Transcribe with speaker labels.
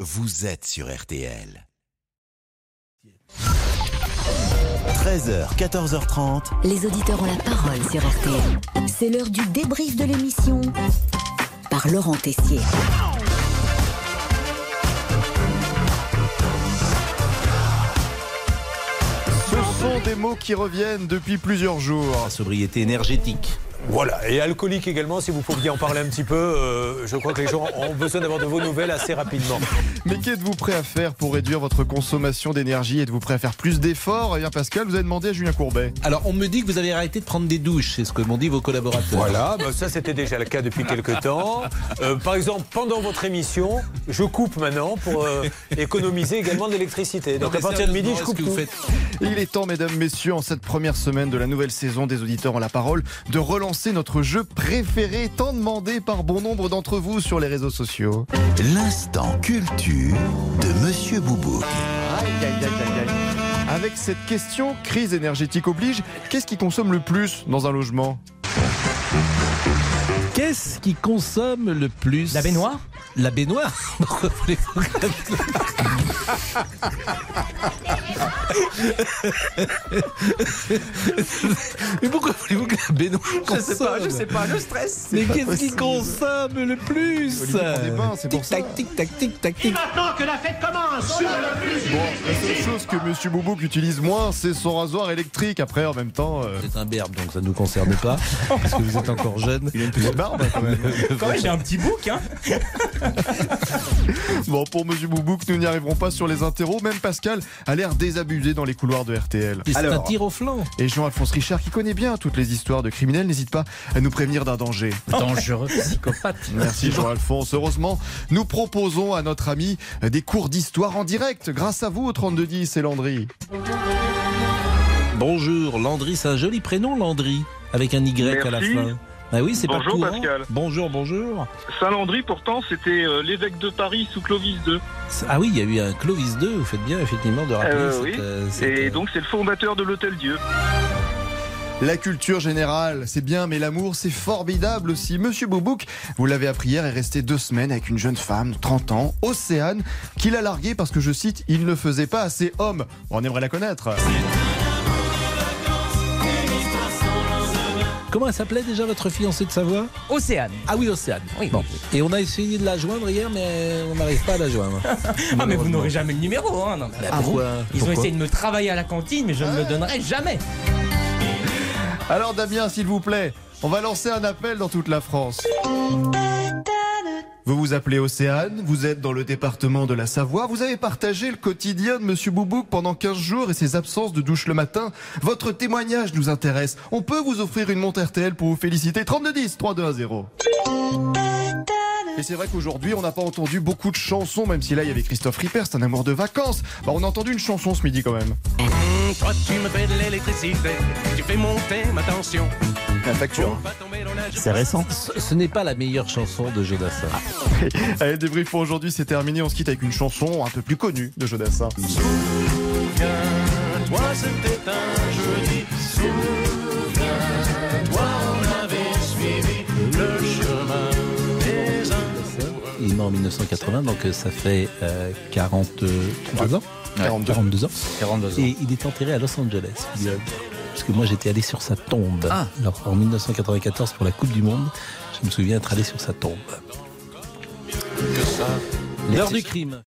Speaker 1: vous êtes sur RTL. 13h, 14h30.
Speaker 2: Les auditeurs ont la parole sur RTL. C'est l'heure du débrief de l'émission par Laurent Tessier.
Speaker 3: Ce sont des mots qui reviennent depuis plusieurs jours.
Speaker 4: La sobriété énergétique.
Speaker 5: Voilà, et alcoolique également, si vous pouviez en parler un petit peu. euh, je crois que les gens ont besoin d'avoir de vos nouvelles assez rapidement.
Speaker 3: Mais qu'êtes-vous prêt à faire pour réduire votre consommation d'énergie Êtes-vous prêt à faire plus d'efforts Eh bien, Pascal, vous avez demandé à Julien Courbet.
Speaker 4: Alors, on me dit que vous avez arrêté de prendre des douches, c'est ce que m'ont dit vos collaborateurs.
Speaker 5: Voilà, bah ça c'était déjà le cas depuis quelques temps. Euh, par exemple, pendant votre émission, je coupe maintenant pour euh, économiser également de l'électricité. Donc à partir de midi, je
Speaker 4: Est-ce
Speaker 5: coupe
Speaker 4: que vous
Speaker 5: tout.
Speaker 4: faites
Speaker 3: Il est temps, mesdames, messieurs, en cette première semaine de la nouvelle saison des auditeurs en la parole, de relancer notre jeu préféré, tant demandé par bon nombre d'entre vous sur les réseaux sociaux.
Speaker 1: L'instant culture de Monsieur Boubouk.
Speaker 3: Aïe, aïe, aïe, aïe, aïe. Avec cette question, crise énergétique oblige, qu'est-ce qui consomme le plus dans un logement
Speaker 4: Qu'est-ce qui consomme le plus
Speaker 6: La baignoire
Speaker 4: La baignoire Pourquoi voulez-vous que la baignoire Mais pourquoi voulez-vous que la baignoire consomme
Speaker 6: pas, le stress.
Speaker 4: Mais qu'est-ce qui consomme le plus
Speaker 3: Olivier prend des bains, c'est pour ça.
Speaker 4: Tic-tac, tic-tac, tic-tac, tic
Speaker 3: La seule chose que Monsieur Boubouk utilise moins, c'est son rasoir électrique. Après, en même temps, euh,
Speaker 4: Vous êtes un berbe, donc ça ne nous concerne pas, parce que vous êtes encore jeune.
Speaker 3: il a une petite barbe hein, quand même.
Speaker 6: j'ai un petit bouc, hein.
Speaker 3: Bon, pour Monsieur Boubouk, nous n'y arriverons pas sur les interros. Même Pascal a l'air désabusé dans les couloirs de RTL.
Speaker 4: C'est un
Speaker 3: Alors,
Speaker 4: tir au flanc.
Speaker 3: et Jean-Alphonse Richard, qui connaît bien toutes les histoires de criminels, n'hésite pas à nous prévenir d'un danger.
Speaker 6: Dangereux psychopathe.
Speaker 3: Merci Jean-Alphonse. Heureusement, nous proposons à notre ami des cours d'histoire en direct, grâce à vous au 3210 et Landry.
Speaker 4: Bonjour, Landry, c'est un joli prénom, Landry, avec un Y à la
Speaker 7: Merci.
Speaker 4: fin. Ah oui, c'est pas
Speaker 7: Bonjour,
Speaker 4: courant.
Speaker 7: Pascal.
Speaker 4: Bonjour, bonjour.
Speaker 7: Saint-Landry, pourtant, c'était euh, l'évêque de Paris sous Clovis II.
Speaker 4: C'est- Ah oui, il y a eu un Clovis 2, vous faites bien effectivement de rappeler.
Speaker 7: Euh,
Speaker 4: cette,
Speaker 7: oui.
Speaker 4: euh, cette,
Speaker 7: Et
Speaker 4: euh,
Speaker 7: donc, c'est le fondateur de l'Hôtel Dieu.
Speaker 3: La culture générale, c'est bien, mais l'amour, c'est formidable aussi. Monsieur Boubouk, vous l'avez appris hier, est resté deux semaines avec une jeune femme de 30 ans, Océane, qu'il a larguée parce que, je cite, il ne faisait pas assez homme. Bon, on aimerait la connaître.
Speaker 4: Comment elle s'appelait déjà votre fiancée de Savoie
Speaker 6: Océane.
Speaker 4: Ah oui, Océane.
Speaker 6: Oui.
Speaker 4: Bon. Et on a essayé de la joindre hier, mais on n'arrive pas à la joindre.
Speaker 6: Ah, mais vous n'aurez jamais le numéro, hein. non, mais
Speaker 4: Bah,
Speaker 6: attends.
Speaker 4: pourquoi
Speaker 6: Ils ont
Speaker 4: Pourquoi Ah.
Speaker 6: essayé de me travailler à la cantine, mais je ne le donnerai jamais.
Speaker 3: Alors Damien, s'il vous plaît, on va lancer un appel dans toute la France. Vous vous appelez Océane, vous êtes dans le département de la Savoie, vous avez partagé le quotidien de Monsieur Boubouk pendant 15 jours et ses absences de douche le matin. Votre témoignage nous intéresse. On peut vous offrir une montre RTL pour vous féliciter. 3210, 3210. Et c'est vrai qu'aujourd'hui, on n'a pas entendu beaucoup de chansons, même si là, il y avait Christophe Ripper, c'est un amour de vacances. Bah, on a entendu une chanson ce midi quand même.
Speaker 8: Toi, tu me fais de l'électricité, tu fais monter ma tension.
Speaker 3: La facture.
Speaker 8: Pas tomber dans la
Speaker 4: C'est récent. Ce, ce n'est pas la meilleure chanson de Jodassin.
Speaker 3: Allez, le débrief pour aujourd'hui, c'est terminé. On se quitte avec une chanson un peu plus connue de Jodassin.
Speaker 8: Souviens, toi, c'était un jeudi. Souviens, toi, on avait suivi le chemin des uns.
Speaker 4: Il est mort en 1980, donc euh, ça fait euh, 43 ans.
Speaker 3: 42.
Speaker 4: 42 ans. Et il est enterré à Los Angeles, figurez-vous. Parce que moi, j'étais allé sur sa tombe. Alors, en 1994, pour la Coupe du Monde, je me souviens être allé sur sa tombe. L'heure du crime.